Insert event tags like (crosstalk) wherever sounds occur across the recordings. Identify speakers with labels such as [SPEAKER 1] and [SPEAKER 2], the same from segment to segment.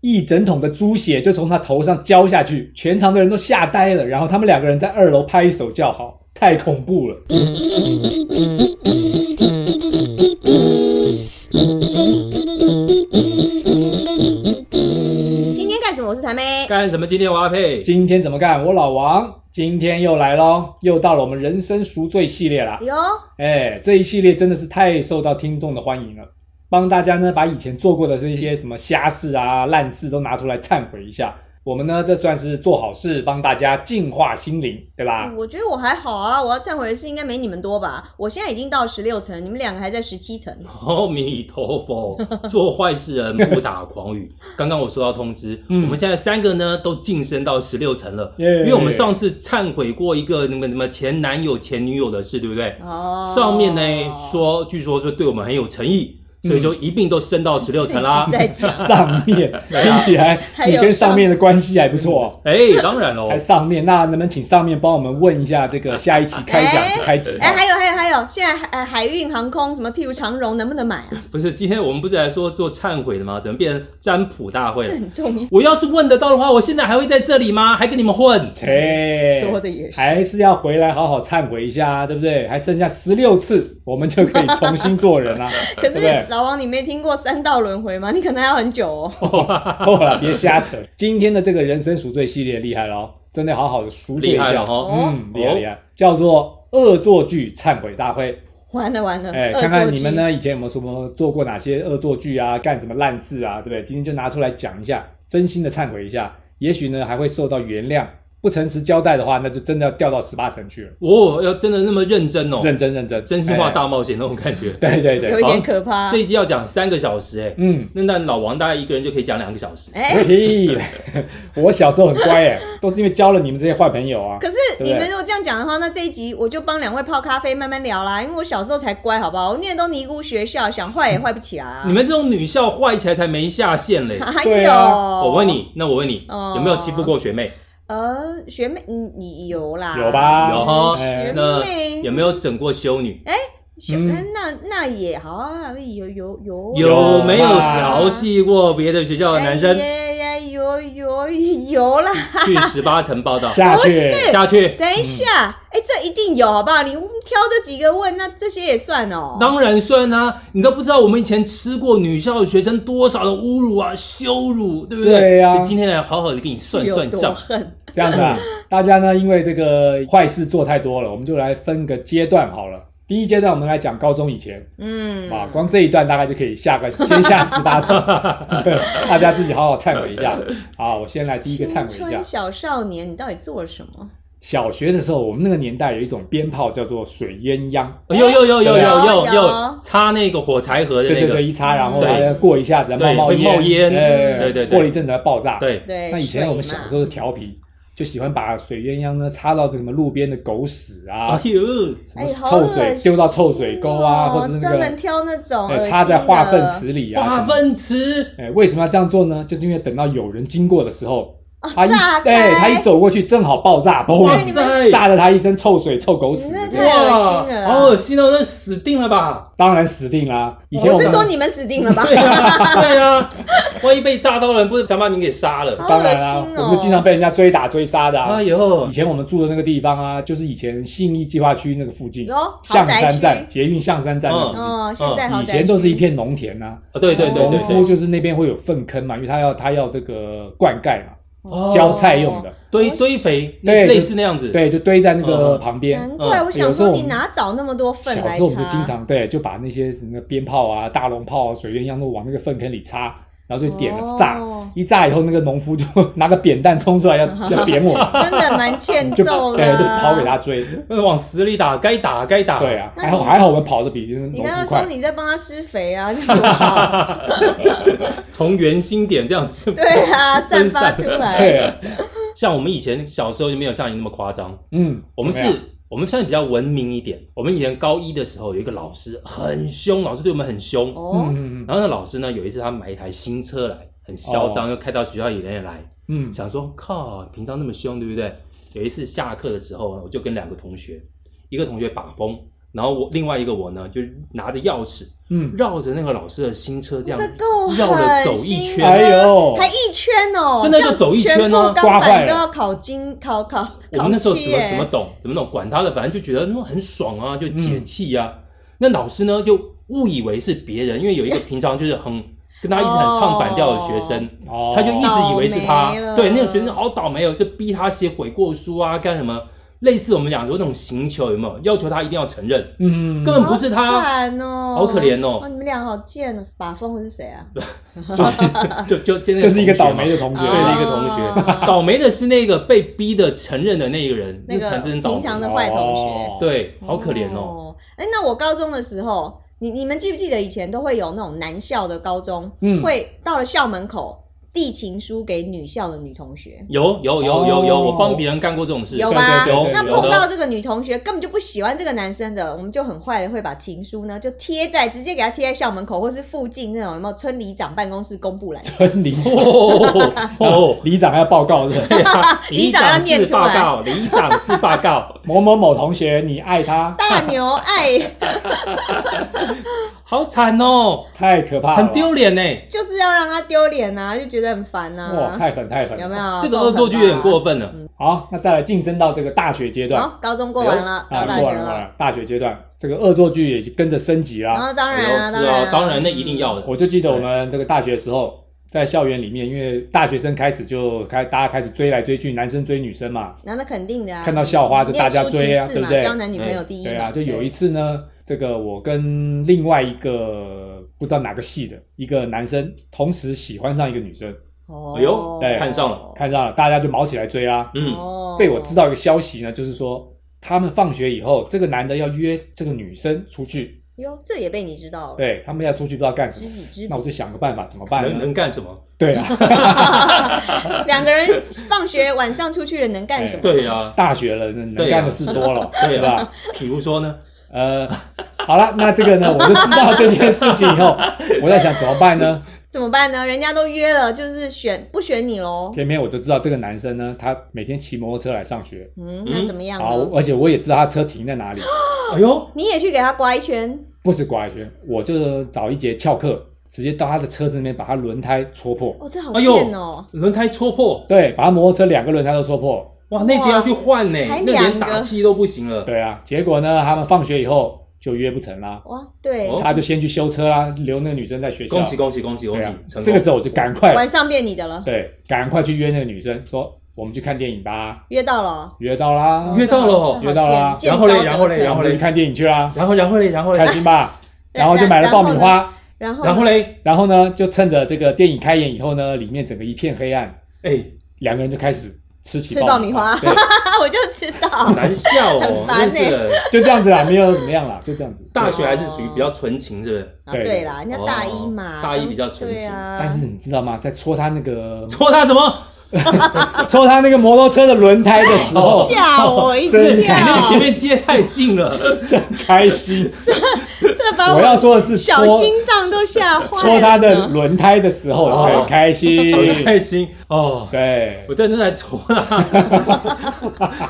[SPEAKER 1] 一整桶的猪血就从他头上浇下去，全场的人都吓呆了。然后他们两个人在二楼拍手叫好，太恐怖了。
[SPEAKER 2] 今天干什么？我是台妹。
[SPEAKER 3] 干什么？今天我要配
[SPEAKER 1] 今天怎么干？我老王今天又来喽，又到了我们人生赎罪系列啦。
[SPEAKER 2] 哟，
[SPEAKER 1] 哎，这一系列真的是太受到听众的欢迎了，帮大家呢把以前做过的这一些什么瞎事啊、烂事都拿出来忏悔一下。我们呢，这算是做好事，帮大家净化心灵，对
[SPEAKER 2] (laughs)
[SPEAKER 1] 吧？
[SPEAKER 2] 我觉得我还好啊，我要忏悔的事应该没你们多吧？我现在已经到十六层，你们两个还在十七层。
[SPEAKER 3] 阿弥陀佛，做坏事人不打诳语。刚刚我收到通知，
[SPEAKER 1] 嗯
[SPEAKER 3] 我们现在三个呢都晋升到十六层了，
[SPEAKER 1] 因
[SPEAKER 3] 因为我们上次忏悔过一个那个什么前男友前女友的事，对不对？
[SPEAKER 2] 哦，
[SPEAKER 3] 上面呢说，据说说对我们很有诚意，所以就一并都升到十六层啦
[SPEAKER 2] 自。己在讲
[SPEAKER 1] 上面听起来
[SPEAKER 2] 还
[SPEAKER 1] 你
[SPEAKER 2] 有
[SPEAKER 1] 跟
[SPEAKER 2] 上
[SPEAKER 1] 上面的关系还不错，
[SPEAKER 3] (laughs) 哎，当然喽
[SPEAKER 1] 还，上面。那能不能请上面帮我们问一下，这个下一期开奖是开几
[SPEAKER 2] 哎、
[SPEAKER 1] 号？
[SPEAKER 2] 还有还有还有，现在海呃海运航空什么，譬如长荣能不能买啊？
[SPEAKER 3] 不是今天我们不是来说做忏悔的吗？怎么变成占卜大会
[SPEAKER 2] 这
[SPEAKER 3] 了？
[SPEAKER 2] 很重要。
[SPEAKER 3] 我要是问得到的话，我现在还会在这里吗？还跟你们混？
[SPEAKER 1] 切
[SPEAKER 2] 说的也是。
[SPEAKER 1] 还是要回来好好忏悔一下啊，对不对？还剩下十六次，我们就可以重新做人啊
[SPEAKER 2] (laughs)
[SPEAKER 1] 啦、
[SPEAKER 2] 可
[SPEAKER 1] 对不对
[SPEAKER 2] 是老王，你没听过三道轮回吗？你可能还要很久哦。
[SPEAKER 1] 够了，别瞎扯。今天的这个人生赎罪系列厉害了哦，真的好好的赎罪一
[SPEAKER 3] 厉害
[SPEAKER 1] 下
[SPEAKER 3] 了。哦！
[SPEAKER 1] 嗯，厉害厉害，叫做恶作剧忏悔大会。
[SPEAKER 2] 完了 (laughs) 完了，
[SPEAKER 1] 哎，
[SPEAKER 2] 恶作
[SPEAKER 1] 看看你们
[SPEAKER 2] 剧。
[SPEAKER 1] 呢，以前有没有什么做过哪些恶作剧啊，干什么烂事啊，对不对？今天就拿出来讲一下，真心的忏悔一下，也许呢还会受到原谅。不诚实交代的话，那就真的要掉到十八层去了。
[SPEAKER 3] 哦，要真的那么认真哦，
[SPEAKER 1] 认真认真，
[SPEAKER 3] 真心话
[SPEAKER 1] 哎
[SPEAKER 3] 大冒险那种感觉。
[SPEAKER 1] 对对
[SPEAKER 2] 有
[SPEAKER 1] 对
[SPEAKER 2] 一，点可怕
[SPEAKER 3] 这。一集要讲三个小时，哎，
[SPEAKER 1] 嗯，
[SPEAKER 3] 那那老王大概一个人就可以讲两个小时。
[SPEAKER 2] 哎、
[SPEAKER 1] 嘿，我小时候很乖哎，都是因为交了你们这些坏朋友啊。
[SPEAKER 2] 可是
[SPEAKER 1] 对不对
[SPEAKER 2] 你们如果这样讲的话，那这一集我就帮两位泡咖啡慢慢聊啦。因为我小时候才乖，好不好？我念的都尼姑学校，想坏也坏不起来啊。
[SPEAKER 3] (laughs) 你们这种女校坏起来才没下限嘞。
[SPEAKER 2] 还
[SPEAKER 1] 对
[SPEAKER 2] 有、
[SPEAKER 1] 啊
[SPEAKER 3] 我问，你，那我问你，
[SPEAKER 2] 哦
[SPEAKER 3] 有没有欺负过学妹？
[SPEAKER 2] 呃，学妹，你你有啦？
[SPEAKER 1] 有吧
[SPEAKER 3] 有哈
[SPEAKER 2] 学
[SPEAKER 1] 哎
[SPEAKER 3] 那
[SPEAKER 2] 妹
[SPEAKER 3] 有没有整过修女？
[SPEAKER 2] 学、
[SPEAKER 1] 嗯
[SPEAKER 2] 哎那那也好啊，有有有
[SPEAKER 1] 有
[SPEAKER 3] 有没有
[SPEAKER 1] 吧
[SPEAKER 3] 调戏过别的学校的男生？嗯
[SPEAKER 2] 哎呀呀，有有有啦！
[SPEAKER 3] 去十八层报道，
[SPEAKER 1] 下
[SPEAKER 2] 不
[SPEAKER 1] 去，
[SPEAKER 2] 是
[SPEAKER 3] 下去。
[SPEAKER 2] 等一下，哎、这一定有，好不好？你挑这几个问，那这些也算哦。
[SPEAKER 3] 当然算啊，你都不知道我们以前吃过女校学生多少的侮辱啊、羞辱，对不对？
[SPEAKER 1] 对啊
[SPEAKER 3] 所以今天来好好的给你算
[SPEAKER 2] 有
[SPEAKER 3] 算
[SPEAKER 2] 多
[SPEAKER 3] 账。
[SPEAKER 2] 恨？
[SPEAKER 1] 这样子啊，大家呢因为这个坏事做太多了，我们就来分个阶段好了。第一阶段我们来讲高中以前，
[SPEAKER 2] 嗯，
[SPEAKER 1] 哇，光这一段大概就可以
[SPEAKER 2] (laughs)
[SPEAKER 1] 下个先下十八层， (laughs) 对大家自己好好忏悔一下。好，我先来第一个忏
[SPEAKER 2] 青
[SPEAKER 1] 悔一下
[SPEAKER 2] 春。小少年，你到底做了什么？
[SPEAKER 1] 小学的时候，我们那个年代有一种鞭炮叫做水鸳鸯，
[SPEAKER 3] 有有有有有有
[SPEAKER 2] 有
[SPEAKER 3] 有插那个火柴盒的
[SPEAKER 1] 对
[SPEAKER 3] 那
[SPEAKER 1] 对
[SPEAKER 3] 个
[SPEAKER 1] 对，，一插然后
[SPEAKER 3] 对
[SPEAKER 1] 大家过一下子冒
[SPEAKER 3] 对
[SPEAKER 1] 冒
[SPEAKER 3] 会冒烟
[SPEAKER 1] 哎
[SPEAKER 3] 对对对
[SPEAKER 1] 过了一阵子它爆炸。，
[SPEAKER 3] 对，
[SPEAKER 2] 对，
[SPEAKER 1] 那以前我们小时
[SPEAKER 2] 候，
[SPEAKER 1] 候调皮，就喜欢把水鸳鸯呢插到这个什么路边的狗屎啊
[SPEAKER 3] 哎，呦，
[SPEAKER 1] 什
[SPEAKER 2] 哎
[SPEAKER 1] 么，
[SPEAKER 2] 好恶
[SPEAKER 1] 臭水
[SPEAKER 2] 心
[SPEAKER 1] 丢到臭水沟啊，
[SPEAKER 2] 哦
[SPEAKER 1] 或者是那
[SPEAKER 2] 专门
[SPEAKER 1] 个
[SPEAKER 2] 挑那种恶
[SPEAKER 1] 呃
[SPEAKER 2] 心
[SPEAKER 1] 插在化粪
[SPEAKER 2] 的，
[SPEAKER 1] 池里啊，
[SPEAKER 3] 化。粪池，
[SPEAKER 1] 哎，为什么要这样做呢？就是因为等到有人经过的时候，他一
[SPEAKER 2] 哦炸开哎
[SPEAKER 1] 哎他一走过去，正好爆炸，嘣，
[SPEAKER 3] 哇塞，
[SPEAKER 1] 炸得他一身臭水、臭狗屎
[SPEAKER 2] 你，这
[SPEAKER 1] 这样
[SPEAKER 2] 太恶心了
[SPEAKER 3] 哇，好恶心哦，那死定了吧？ (laughs)
[SPEAKER 1] 当然死定啦。以前我
[SPEAKER 2] 我
[SPEAKER 1] 们
[SPEAKER 2] 是说你们死定了
[SPEAKER 1] (laughs)
[SPEAKER 2] 吧？
[SPEAKER 3] 对啊，对啊，万一被炸到人，不是想把你给杀了？
[SPEAKER 2] (laughs) 好
[SPEAKER 1] 当然
[SPEAKER 2] 恶
[SPEAKER 1] 啦
[SPEAKER 2] 心，哦
[SPEAKER 1] 我们就经常被人家追打追杀的啊
[SPEAKER 3] 哎。呦
[SPEAKER 1] 以，前我们住的那个地方啊，就是以前信义计划区那个附近
[SPEAKER 2] 有，豪
[SPEAKER 1] 象
[SPEAKER 2] 宅
[SPEAKER 1] 山站
[SPEAKER 2] 区，
[SPEAKER 1] 捷运象山站那附近。
[SPEAKER 2] 哦，现在豪
[SPEAKER 1] 嗯
[SPEAKER 2] 宅
[SPEAKER 1] 以前都是一片农田呐、
[SPEAKER 3] 啊对嗯对对
[SPEAKER 1] 农
[SPEAKER 3] 对
[SPEAKER 1] 夫
[SPEAKER 3] 对，
[SPEAKER 1] 就是那边会有粪坑嘛，因为他要他要这个灌溉嘛，
[SPEAKER 3] 哦
[SPEAKER 1] 浇菜用。的，
[SPEAKER 3] 堆
[SPEAKER 2] 哦
[SPEAKER 3] 堆肥，
[SPEAKER 1] 对
[SPEAKER 3] 类似那样子。，
[SPEAKER 1] 对，就堆在那个
[SPEAKER 3] 嗯
[SPEAKER 1] 旁边。
[SPEAKER 2] 难怪我想
[SPEAKER 1] 有时候
[SPEAKER 2] 说
[SPEAKER 1] 我
[SPEAKER 2] 你
[SPEAKER 1] 们
[SPEAKER 2] 哪找那么多
[SPEAKER 1] 小
[SPEAKER 2] 粪来
[SPEAKER 1] 时
[SPEAKER 2] 擦？
[SPEAKER 1] 候我们就经常对，就把那些什么鞭炮啊、大龙炮、啊、水鸳鸯都往那个粪坑里插，然后就点了炸，
[SPEAKER 2] 哦
[SPEAKER 1] 一炸以后，那个农夫就 (laughs) 拿个扁担冲出
[SPEAKER 2] (laughs)
[SPEAKER 1] 来要要扁我，
[SPEAKER 2] 真的蛮欠
[SPEAKER 1] 就 (laughs)
[SPEAKER 2] 揍的
[SPEAKER 1] 对，
[SPEAKER 2] 啊。
[SPEAKER 1] 就跑给他追。
[SPEAKER 3] 呃往死里打，该打该打。
[SPEAKER 1] 对啊，
[SPEAKER 2] 那
[SPEAKER 1] 还好
[SPEAKER 2] 你
[SPEAKER 1] 还好我们跑得比农
[SPEAKER 2] (laughs) 你跟他
[SPEAKER 1] 夫
[SPEAKER 2] 说
[SPEAKER 1] 快。
[SPEAKER 2] 你在帮他施肥啊，这样好
[SPEAKER 1] (laughs)
[SPEAKER 3] 从圆心点这样子。
[SPEAKER 2] 对啊，散发
[SPEAKER 3] 分散
[SPEAKER 2] 出来。
[SPEAKER 1] 对啊，
[SPEAKER 3] 像我们以前小时候就没有像你那么夸张，
[SPEAKER 1] 嗯，
[SPEAKER 3] (laughs) 我们
[SPEAKER 1] 怎么样
[SPEAKER 3] 是，我们算比较文明一点。我们以前高一的时候有一个老师很凶，老师对我们很凶。
[SPEAKER 2] 哦，
[SPEAKER 1] 嗯嗯
[SPEAKER 3] 然后那老师呢，有一次他买一台新车来，很嚣张，又开到学校里面来，
[SPEAKER 1] 嗯，
[SPEAKER 3] 想说靠，平常那么凶，对不对？有一次下课的时候，我就跟两个同学，一个同学把风，然后我另外一个我呢，就拿着钥匙
[SPEAKER 1] 嗯，
[SPEAKER 3] 绕着那个老师的新车这样
[SPEAKER 2] 这够
[SPEAKER 3] 绕了走
[SPEAKER 2] 狠
[SPEAKER 3] 一
[SPEAKER 2] 心
[SPEAKER 3] 圈
[SPEAKER 2] 了
[SPEAKER 1] 哎呦，
[SPEAKER 2] 还一圈哦，
[SPEAKER 3] 真的就走一圈哦
[SPEAKER 2] 全部
[SPEAKER 1] 刮
[SPEAKER 2] 钢
[SPEAKER 1] 坏
[SPEAKER 2] 板
[SPEAKER 1] 了
[SPEAKER 2] 都要考金考考
[SPEAKER 3] 我们那
[SPEAKER 2] 考
[SPEAKER 3] 时候怎
[SPEAKER 2] 气
[SPEAKER 3] 么
[SPEAKER 2] 耶
[SPEAKER 3] 怎么懂怎么懂，管他的，反正就觉得那么很爽啊，就解气呀、那老师呢就误以为是别人，因为有一个平常就是很跟他一直很唱反调的学生，
[SPEAKER 1] 哦，
[SPEAKER 3] 他就一直以为是他
[SPEAKER 2] 倒霉。了
[SPEAKER 3] 对，那个学生好倒霉哦，就逼他写悔过书啊，干什么？类似我们讲说那种刑求有没有？要求他一定要
[SPEAKER 2] (laughs)
[SPEAKER 3] 承认，
[SPEAKER 1] 嗯，
[SPEAKER 3] 根本不是他
[SPEAKER 2] 好惨哦，
[SPEAKER 3] 好可怜哦
[SPEAKER 2] 哇你们俩好贱哦，把风是谁啊？
[SPEAKER 3] 就就就那
[SPEAKER 1] (laughs) 就是一个倒
[SPEAKER 3] 同
[SPEAKER 1] 霉
[SPEAKER 3] 学
[SPEAKER 1] 的同
[SPEAKER 3] 嘛
[SPEAKER 1] 学，
[SPEAKER 3] 对的一个
[SPEAKER 2] 哦
[SPEAKER 3] 同学，倒霉的是那个被逼的承认的那个人，
[SPEAKER 2] 那
[SPEAKER 3] 才
[SPEAKER 2] 个
[SPEAKER 3] 真倒霉
[SPEAKER 2] 平常的坏同
[SPEAKER 1] 哦
[SPEAKER 2] 学，
[SPEAKER 3] 对， (laughs) 好可怜哦。
[SPEAKER 2] 哦。哎，那我高中的时候，你你们记不记得以前都会有那种男校的高中，
[SPEAKER 1] 嗯
[SPEAKER 2] 会到了校门口递情书给女校的女同学？
[SPEAKER 3] 有有有有有，
[SPEAKER 1] 哦
[SPEAKER 3] 我帮别人干过这种事。
[SPEAKER 2] 有
[SPEAKER 1] 对
[SPEAKER 2] 吧
[SPEAKER 1] 对对对
[SPEAKER 2] 那
[SPEAKER 1] 有，
[SPEAKER 2] 碰
[SPEAKER 3] 的
[SPEAKER 2] 到这个女同学根本就不喜欢这个男生的，我们就很坏的会把情书呢就贴在直接给他贴在校门口，或是附近那种有没有村里长办公室公布栏
[SPEAKER 1] (laughs) 村里
[SPEAKER 3] 哦
[SPEAKER 1] 哦
[SPEAKER 3] 哦，，
[SPEAKER 2] (laughs)
[SPEAKER 3] (laughs)
[SPEAKER 1] 里长要报告是吧？
[SPEAKER 3] 对啊
[SPEAKER 2] 里
[SPEAKER 3] 里
[SPEAKER 2] 长要
[SPEAKER 3] 长
[SPEAKER 2] 念
[SPEAKER 3] 是
[SPEAKER 2] 出来
[SPEAKER 3] 报告，里长是报告。
[SPEAKER 1] 某某某同学，你爱他，
[SPEAKER 2] 大牛爱
[SPEAKER 3] 好惨哦，
[SPEAKER 1] 太可怕了，
[SPEAKER 3] 很丢脸呢。
[SPEAKER 2] 就是要让他丢脸啊，就觉得很烦
[SPEAKER 1] 哇，
[SPEAKER 2] 啊，
[SPEAKER 1] 太狠太狠，
[SPEAKER 2] 有没？有？
[SPEAKER 3] 这个恶作剧有点过分了。
[SPEAKER 1] 好，那再来晋升到这个大学阶
[SPEAKER 2] 分。
[SPEAKER 1] 段
[SPEAKER 2] 好，高中过完了，到
[SPEAKER 1] 啊，
[SPEAKER 2] 大
[SPEAKER 1] 过
[SPEAKER 2] 学
[SPEAKER 1] 完了过完
[SPEAKER 2] 了，
[SPEAKER 1] 了，大学阶段这个恶作剧也跟着升级
[SPEAKER 2] 然
[SPEAKER 1] 啦。
[SPEAKER 2] 后当然
[SPEAKER 3] 哎
[SPEAKER 2] 啊，
[SPEAKER 3] 呦是
[SPEAKER 2] 然
[SPEAKER 3] 啊
[SPEAKER 2] 啊，嗯
[SPEAKER 3] 当然那一定要的。
[SPEAKER 1] 我就记得我们这个大学的时候，在校园里面，因为大学生开始就开大家开始追来追去，男生追女生嘛，
[SPEAKER 2] 那那肯定的啊，
[SPEAKER 1] 看到校花就大家追啊
[SPEAKER 2] 念书其次
[SPEAKER 1] 对不
[SPEAKER 2] 嘛
[SPEAKER 1] 对
[SPEAKER 2] 交男女朋友第一嘛，
[SPEAKER 1] 对啊，就有一
[SPEAKER 2] 嗯对
[SPEAKER 1] 次呢，这个我跟另外一个不知道哪个系的一个男生同时喜欢上一个女生，
[SPEAKER 2] 哦，
[SPEAKER 3] 哎呦
[SPEAKER 1] 对
[SPEAKER 3] 看上了，
[SPEAKER 1] 看上了，大家就毛起来追啊。
[SPEAKER 3] 嗯，
[SPEAKER 2] 哦，
[SPEAKER 1] 被我知道一个消息呢，就是说他们放学以后，这个男的要约这个女生出去，
[SPEAKER 2] 哟，这也被你知道了，，
[SPEAKER 1] 对他们要出去不知道干什
[SPEAKER 2] 知
[SPEAKER 1] 么。
[SPEAKER 2] 己知
[SPEAKER 1] 那我
[SPEAKER 2] 彼，啊
[SPEAKER 1] 就想个办法，怎么办
[SPEAKER 3] 能
[SPEAKER 1] 呢？
[SPEAKER 3] 能干什么？
[SPEAKER 1] 对啊，
[SPEAKER 2] (laughs) 两个人放学晚上出去了能干什么？
[SPEAKER 3] 对呀，
[SPEAKER 1] 大学了，能能
[SPEAKER 3] 对啊
[SPEAKER 1] 干的事多了，
[SPEAKER 3] 对啊
[SPEAKER 1] 吧？
[SPEAKER 3] 比如
[SPEAKER 2] (laughs)
[SPEAKER 3] 说呢，
[SPEAKER 1] 呃，好了，那这个呢，我就知道这件事情以
[SPEAKER 3] (laughs)
[SPEAKER 1] 后，我在想怎么办呢？
[SPEAKER 2] 怎么办呢？人家都约了，就是选不选你喽？
[SPEAKER 1] 偏偏我就知道这个男生呢，他每天骑摩托车来上学，
[SPEAKER 2] 嗯，
[SPEAKER 3] 嗯
[SPEAKER 2] 那怎么样
[SPEAKER 1] 好，
[SPEAKER 2] 呢？
[SPEAKER 1] 而且我也知道他车停在哪里，
[SPEAKER 3] 哎呦，
[SPEAKER 2] 你也去给他刮一圈，
[SPEAKER 1] 不是刮一圈，我就找一节翘课，直接到他的车子里面把他轮胎戳破，
[SPEAKER 2] 哦，这好
[SPEAKER 3] 哎呦
[SPEAKER 2] 贱哦！
[SPEAKER 3] 轮胎戳破，
[SPEAKER 1] 对，把他摩托车两个轮胎都戳破，
[SPEAKER 3] 哇，那天要去换呢，
[SPEAKER 2] 还
[SPEAKER 3] 那
[SPEAKER 2] 两个
[SPEAKER 3] 连打气都不行了。
[SPEAKER 1] 对啊，结果呢，他们放学以后就约不成啦，
[SPEAKER 2] 哇，对，
[SPEAKER 3] 哦
[SPEAKER 1] 他就先去修车啦，留那个女生在学校，
[SPEAKER 3] 恭喜恭喜恭喜恭
[SPEAKER 1] 对
[SPEAKER 3] 喜
[SPEAKER 1] 啊，
[SPEAKER 3] 成功！
[SPEAKER 1] 这个时候我就赶快
[SPEAKER 2] 晚上变你的了，
[SPEAKER 1] 对，赶快去约那个女生，说我们去看电影吧，
[SPEAKER 2] 约到了哦，
[SPEAKER 1] 约到啦，
[SPEAKER 3] 约到了哦
[SPEAKER 2] 这好
[SPEAKER 1] 约到了
[SPEAKER 2] 贱
[SPEAKER 3] 然后嘞
[SPEAKER 2] 见招得
[SPEAKER 3] 然后嘞
[SPEAKER 2] 手
[SPEAKER 1] 然
[SPEAKER 3] 然
[SPEAKER 1] 后
[SPEAKER 3] 后
[SPEAKER 1] 我们
[SPEAKER 3] 嘞
[SPEAKER 1] 就去看电影去
[SPEAKER 3] (laughs)
[SPEAKER 1] 啦，
[SPEAKER 3] 然后然后嘞，然后
[SPEAKER 1] 开
[SPEAKER 3] 嘞，
[SPEAKER 1] 心吧，
[SPEAKER 2] 然
[SPEAKER 1] 然后就买了爆米
[SPEAKER 2] 然后
[SPEAKER 1] 花，
[SPEAKER 2] 然后
[SPEAKER 3] 然后
[SPEAKER 2] 呢
[SPEAKER 3] 嘞，
[SPEAKER 1] 然后呢，就趁着这个电影开演以后呢，里面整个一片黑暗，
[SPEAKER 3] 哎，
[SPEAKER 1] 两个人就开始吃起
[SPEAKER 2] 吃
[SPEAKER 1] 爆
[SPEAKER 2] 爆米花
[SPEAKER 1] 对，
[SPEAKER 2] 啊， (laughs) 我就知道，
[SPEAKER 3] 难笑哦
[SPEAKER 2] (laughs) 很，烦欸
[SPEAKER 3] 认
[SPEAKER 2] 呢
[SPEAKER 3] 识了。
[SPEAKER 1] 就这样子啦，没有怎么样啦，就这样子。
[SPEAKER 3] 大学还是属于比较纯情的，
[SPEAKER 2] 啊，
[SPEAKER 1] 对
[SPEAKER 2] 对啦，人家大一嘛，
[SPEAKER 3] 哦大一比较
[SPEAKER 2] 当时
[SPEAKER 3] 纯
[SPEAKER 2] 对
[SPEAKER 3] 情
[SPEAKER 2] 啊。
[SPEAKER 1] 但是你知道吗？在戳他那个
[SPEAKER 3] 戳他什么？
[SPEAKER 1] 戳他那个摩托车的轮胎的时
[SPEAKER 3] 哦
[SPEAKER 1] 候，
[SPEAKER 2] 吓我一
[SPEAKER 1] 真
[SPEAKER 2] 跳！
[SPEAKER 1] 的
[SPEAKER 3] 你那个前面接太近
[SPEAKER 1] (laughs)
[SPEAKER 3] 了，
[SPEAKER 1] 真 (laughs) 开心。
[SPEAKER 2] (laughs) 这
[SPEAKER 1] (laughs)
[SPEAKER 2] 把
[SPEAKER 1] 我要说的是
[SPEAKER 2] 小
[SPEAKER 1] 戳
[SPEAKER 2] 心脏都吓坏了。
[SPEAKER 1] 戳他的，轮胎的时候
[SPEAKER 3] 哦
[SPEAKER 1] 很开心。
[SPEAKER 3] (laughs) 好开心哦！
[SPEAKER 1] 对
[SPEAKER 3] 我，在那在戳
[SPEAKER 1] (laughs)
[SPEAKER 3] 他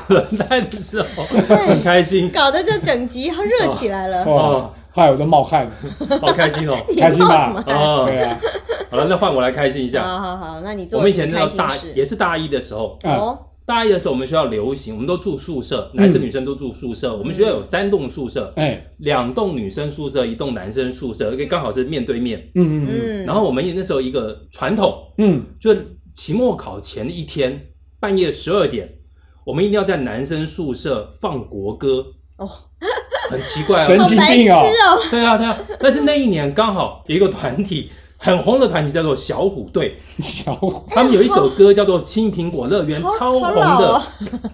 [SPEAKER 3] 轮胎的时候，很开心，
[SPEAKER 2] 搞得这整集它热起来了。
[SPEAKER 1] 哇，害我都冒汗了。
[SPEAKER 3] 好哦开心哦！
[SPEAKER 2] 你
[SPEAKER 1] 开心
[SPEAKER 2] 冒
[SPEAKER 1] 吧
[SPEAKER 2] 什么汗？
[SPEAKER 3] 哦，
[SPEAKER 1] 对啊，
[SPEAKER 3] 好了，那换我来开心一下。
[SPEAKER 2] 好好好，那哦你做
[SPEAKER 3] 我
[SPEAKER 2] 了
[SPEAKER 3] 们以
[SPEAKER 2] 什么
[SPEAKER 3] 前那
[SPEAKER 2] 开
[SPEAKER 3] 个大啊
[SPEAKER 2] 心
[SPEAKER 3] 也
[SPEAKER 2] 事？
[SPEAKER 3] 是大一的时候，
[SPEAKER 1] 嗯，
[SPEAKER 2] 哦，
[SPEAKER 3] 大一的时候我们学校流行，我们都住宿舍，
[SPEAKER 2] 嗯
[SPEAKER 3] 男生女生都住宿舍。我们学校有三栋宿舍，
[SPEAKER 1] 哎，
[SPEAKER 3] 两栋女生宿舍，一栋男生宿舍，跟刚好是面对面。
[SPEAKER 1] 嗯嗯
[SPEAKER 2] 嗯，
[SPEAKER 3] 然后我们也那时候一个传统，
[SPEAKER 1] 嗯
[SPEAKER 3] 就期末考前的一天，半夜十二点，我们一定要在男生宿舍放国歌，
[SPEAKER 2] 哦，
[SPEAKER 3] 很奇怪
[SPEAKER 1] 神
[SPEAKER 3] 啊。
[SPEAKER 2] 好
[SPEAKER 1] 经
[SPEAKER 2] 白
[SPEAKER 1] 病
[SPEAKER 2] 痴
[SPEAKER 1] 哦
[SPEAKER 2] 哦，
[SPEAKER 3] 对啊，对啊。但是那一年刚好有一个团体很红的团体叫做小虎队，
[SPEAKER 1] 嗯，小虎
[SPEAKER 3] (laughs) 他们有一首歌叫做《青苹果乐园》，
[SPEAKER 2] 好
[SPEAKER 3] (laughs) 超
[SPEAKER 2] 哎好
[SPEAKER 3] 红
[SPEAKER 2] 老
[SPEAKER 3] 的
[SPEAKER 2] 哦。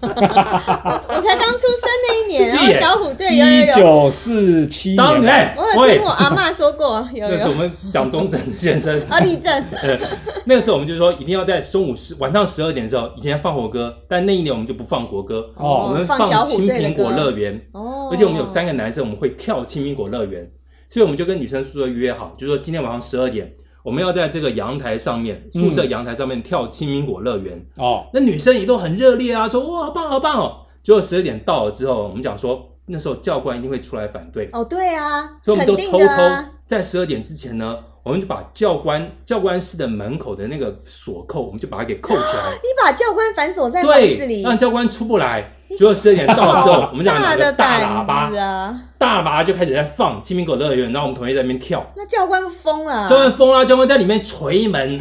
[SPEAKER 3] (laughs)
[SPEAKER 2] 我我才刚出生那一年，然后
[SPEAKER 3] 对耶
[SPEAKER 2] 小虎队有
[SPEAKER 1] 一
[SPEAKER 2] 有有，
[SPEAKER 1] 九四七
[SPEAKER 3] 当
[SPEAKER 1] 年，
[SPEAKER 3] 然，
[SPEAKER 2] 我有
[SPEAKER 3] 喂
[SPEAKER 2] 听我阿嬷说过，有
[SPEAKER 3] 那是我
[SPEAKER 2] 有。
[SPEAKER 3] 们蒋中正先生。
[SPEAKER 2] (laughs) 啊，立正，
[SPEAKER 3] (laughs) 呃，那个时候我们就说一定要在中午十晚上十二点的时候，以前放火歌，但那一年我们就不放国歌，
[SPEAKER 1] 哦
[SPEAKER 3] 我们
[SPEAKER 2] 放
[SPEAKER 3] 放
[SPEAKER 2] 小
[SPEAKER 3] 《
[SPEAKER 2] 虎
[SPEAKER 3] 青
[SPEAKER 2] 队的
[SPEAKER 3] 苹果乐
[SPEAKER 2] 歌，
[SPEAKER 3] 园》
[SPEAKER 2] 哦，
[SPEAKER 3] 而且我们有三个男生，我们会跳《青苹果乐园》，所以我们就跟女生宿舍约好，就说今天晚上十二点，我们要在这个阳台上面，宿舍阳台上面跳《青苹果乐园》
[SPEAKER 1] 哦，
[SPEAKER 3] 那女生也都很热烈啊，说哇好棒好棒哦。结果十二点到了之后，我们讲说那时候教官一定会出来反对，
[SPEAKER 2] 哦，对啊，
[SPEAKER 3] 所以我们都
[SPEAKER 2] 肯定
[SPEAKER 3] 偷
[SPEAKER 2] 的
[SPEAKER 3] 偷
[SPEAKER 2] 啊，
[SPEAKER 3] 在十二点之前呢，我们就把教官教官室的门口的那个锁扣，我们就把它给扣
[SPEAKER 2] (laughs)，
[SPEAKER 3] 起来
[SPEAKER 2] 你把教官反锁在房子
[SPEAKER 3] 对，
[SPEAKER 2] 里，
[SPEAKER 3] 让教官出不来。结果十二点
[SPEAKER 2] (laughs)
[SPEAKER 3] 到的时候，我们就拿
[SPEAKER 2] 大
[SPEAKER 3] 着
[SPEAKER 2] 的
[SPEAKER 3] 大喇
[SPEAKER 2] 胆
[SPEAKER 3] 叭
[SPEAKER 2] 子，啊！
[SPEAKER 3] 大喇叭就开始在放《青苹果乐园》，然后我们同学在那边跳。
[SPEAKER 2] 那教官不疯了啊，
[SPEAKER 3] 教官疯了，教官在里面
[SPEAKER 2] (laughs)
[SPEAKER 3] 捶门，